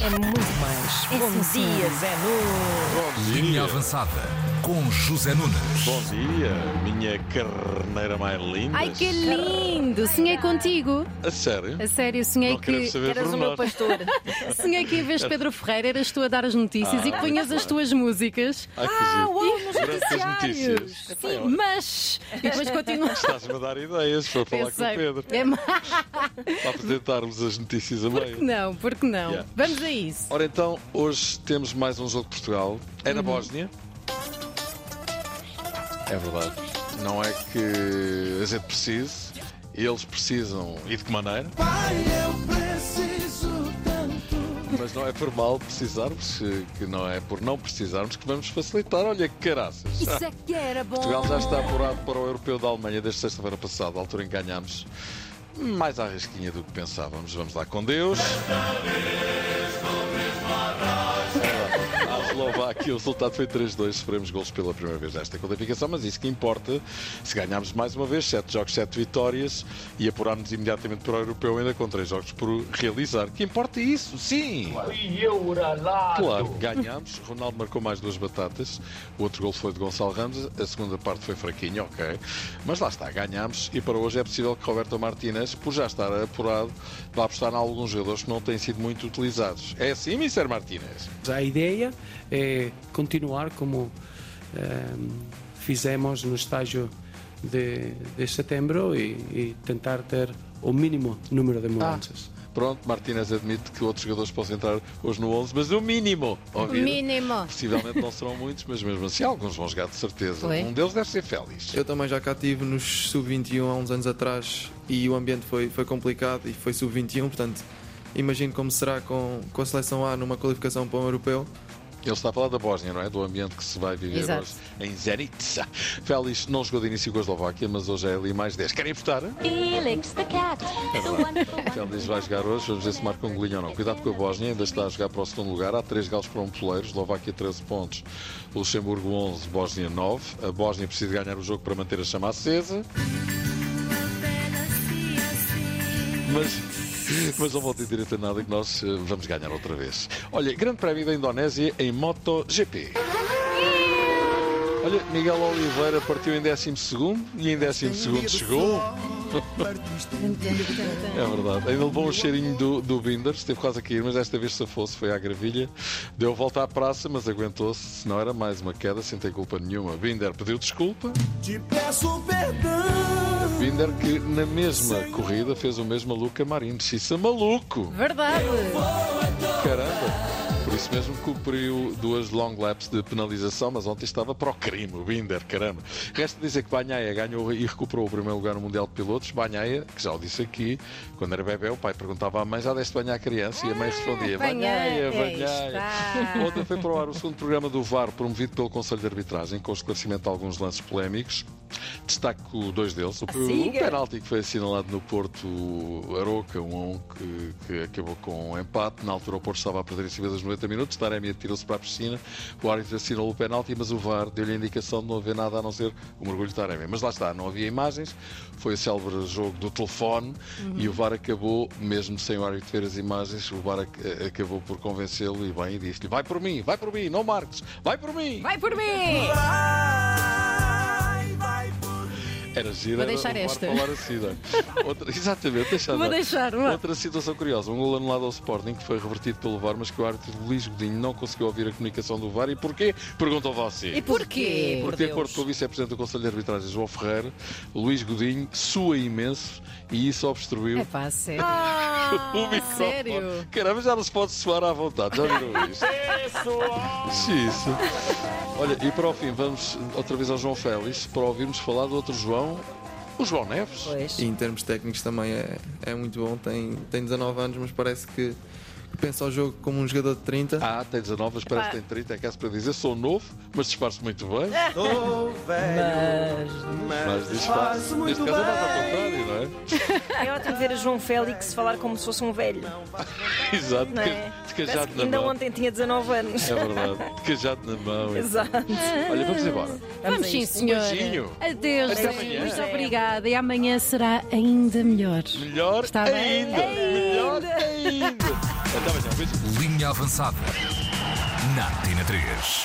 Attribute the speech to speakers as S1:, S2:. S1: é muito mais.
S2: É
S1: Bom
S2: sim,
S1: dia,
S2: senhora.
S1: Zé
S3: Bom
S1: Nunes.
S4: Linha
S3: dia.
S4: avançada com José Nunes.
S3: Bom dia, minha carneira mais linda.
S2: Ai que lindo! Sonhei contigo.
S3: A sério?
S2: A sério, sonhei
S3: Não quero
S2: que.
S3: saber
S1: Eras
S3: por
S1: o meu
S3: nós.
S1: pastor.
S2: Sonhei que em vez de Pedro Ferreira eras tu a dar as notícias e que punhas as tuas músicas.
S3: Ah. Ai, que
S2: Ah,
S3: giro.
S2: uau, nos
S3: Durante as
S2: noticiários!
S3: notícias. Epá,
S2: Sim,
S3: olha.
S2: mas. E depois continuas.
S3: Estás-me a dar ideias para falar com o Pedro.
S2: É ma-
S3: Para apresentarmos as notícias a meio.
S2: Não, porque não?
S3: Yeah.
S2: Vamos a isso. Uhum.
S3: Ora então, hoje temos mais um jogo de Portugal. É na Bósnia. É verdade. Não é que a gente precise. Eles precisam e de que maneira. Mas não é por mal precisarmos, que não é por não precisarmos que vamos facilitar. Olha que caraças.
S2: Isso é que era bom.
S3: Portugal já está apurado para o Europeu da Alemanha desde sexta-feira passada, a altura em que ganhámos mais à risquinha do que pensávamos. Vamos lá com Deus. A Eslováquia, o resultado foi 3-2, sofremos golos pela primeira vez nesta qualificação, mas isso que importa, se ganharmos mais uma vez, 7 jogos, 7 vitórias e apurarmos imediatamente para o Europeu ainda com 3 jogos por realizar. Que importa é isso, sim!
S5: E eu, Uralá,
S3: Claro, ganhámos. Ronaldo marcou mais duas batatas. O outro gol foi de Gonçalo Ramos. A segunda parte foi fraquinha, ok. Mas lá está, ganhámos. E para hoje é possível que Roberto Martínez, por já estar apurado, vá apostar em alguns jogadores que não têm sido muito utilizados. É assim, Mr. Martínez?
S6: A ideia é continuar como eh, fizemos no estágio de, de setembro e, e tentar ter o mínimo número de mudanças.
S3: Pronto, Martínez admite que outros jogadores possam entrar hoje no 11, mas o mínimo. ouviram?
S2: Mínimo.
S3: Possivelmente não serão muitos, mas mesmo assim alguns vão jogar de certeza.
S2: Foi.
S3: Um deles deve ser Félix.
S7: Eu também já cá estive nos sub-21 há uns anos atrás e o ambiente foi, foi complicado e foi sub-21, portanto, imagino como será com, com a seleção A numa qualificação para um europeu.
S3: Ele está a falar da Bósnia, não é? Do ambiente que se vai viver
S2: Exato.
S3: hoje em Zenica. Félix não jogou de início com a Eslováquia, mas hoje é ali mais 10. Querem votar?
S8: Felix the cat. the wonderful
S3: Félix vai Então, jogar hoje, vamos ver se marca um golinho ou não. Cuidado com a Bósnia, ainda está a jogar para o segundo lugar. Há 3 galos para um poleiro, Eslováquia 13 pontos, Luxemburgo 11, Bósnia 9. A Bósnia precisa ganhar o jogo para manter a chama acesa. Mas, mas não vão ter direito a nada que nós eh, vamos ganhar outra vez. Olha, grande prémio da Indonésia em MotoGP. Olha, Miguel Oliveira partiu em 12 e em 12 chegou. É verdade. Ainda levou um cheirinho do, do Binder, esteve quase a cair, mas desta vez safou-se, foi à gravilha. Deu a volta à praça, mas aguentou-se, se não era mais uma queda, sem ter culpa nenhuma. Binder pediu desculpa.
S9: Te peço perdão.
S3: Binder que na mesma corrida fez o mesmo a Luca Marins. Isso é maluco!
S2: Verdade.
S3: Caramba! Por isso mesmo cumpriu duas long laps de penalização, mas ontem estava para o crime, o Binder, caramba. Resta dizer que Banhaia ganhou e recuperou o primeiro lugar no Mundial de Pilotos. Banhaia, que já o disse aqui, quando era bebê, o pai perguntava à mãe, já deste banhar a criança? E a mãe respondia, banhaia,
S2: Banhei,
S3: banhaia.
S2: está.
S3: Ontem foi para o ar o segundo programa do VAR, promovido pelo Conselho de Arbitragem, com esclarecimento de alguns lances polémicos. Destaco dois deles. O, o
S1: Siga.
S3: penalti que foi assinalado no Porto Aroca, um a um, que, que acabou com um empate. Na altura, o Porto estava a perder em cima dos 90 minutos. Taremi atirou-se para a piscina. O árbitro assinalou o penalti, mas o VAR deu-lhe a indicação de não haver nada a não ser o mergulho de Taremi. Mas lá está, não havia imagens. Foi o célebre jogo do telefone
S2: Uhum.
S3: e o VAR acabou, mesmo sem o árbitro ver as imagens, o VAR ac- acabou por convencê-lo e bem, e disse-lhe: vai por mim, vai por mim, não marques, vai por mim.
S2: Vai por mim!
S9: Vai, vai por
S3: Era gira,
S2: Vou
S3: era
S2: deixar
S3: o VAR
S2: esta.
S3: falar assim, não é? Outra, exatamente, deixa
S2: Vou
S3: andar.
S2: deixar, vá.
S3: Outra situação curiosa, um gol anulado ao Sporting que foi revertido pelo VAR, mas que o árbitro Luís Godinho não conseguiu ouvir a comunicação do VAR. E porquê? Perguntam você.
S1: E porquê?
S3: Porque, de acordo com o vice-presidente do Conselho de Arbitragem, João Ferreira, Luís Godinho sua imenso e isso obstruiu
S2: É pá, sério.
S3: o microfone.
S2: sério?
S3: Caramba, já não se pode soar à vontade, já viram isto? Isso. Olha, e para o fim, vamos outra vez ao João Félix para ouvirmos falar do outro João, o João Neves.
S1: Pois.
S7: E em termos técnicos também é, é muito bom, tem, tem 19 anos, mas parece que pensa o jogo como um jogador de 30.
S3: Ah, tem 19, mas parece que tem 30, é caso para dizer. Sou novo, mas disfarço muito bem.
S9: Tô velho,
S3: Mas disfarço. Neste caso é mais ao contrário, não
S1: É ótimo ver a João Félix falar como se fosse um velho.
S3: é? Exato,
S1: Não é?
S3: de
S1: Parece
S3: cajado
S1: que
S3: na
S1: ainda
S3: mão.
S1: ontem tinha 19 anos.
S3: É verdade, de cajado na mão.
S1: Exato.
S3: Olha, vamos embora.
S2: Vamos
S1: a
S2: sim,
S1: isso.
S2: senhora.
S3: beijinho.
S2: Adeus,
S3: Até
S2: Zé.
S3: amanhã.
S2: muito obrigada. E amanhã será ainda melhor.
S3: Melhor
S2: Está bem?
S3: ainda. Melhor ainda.
S4: Linha avançada. Na Tina 3.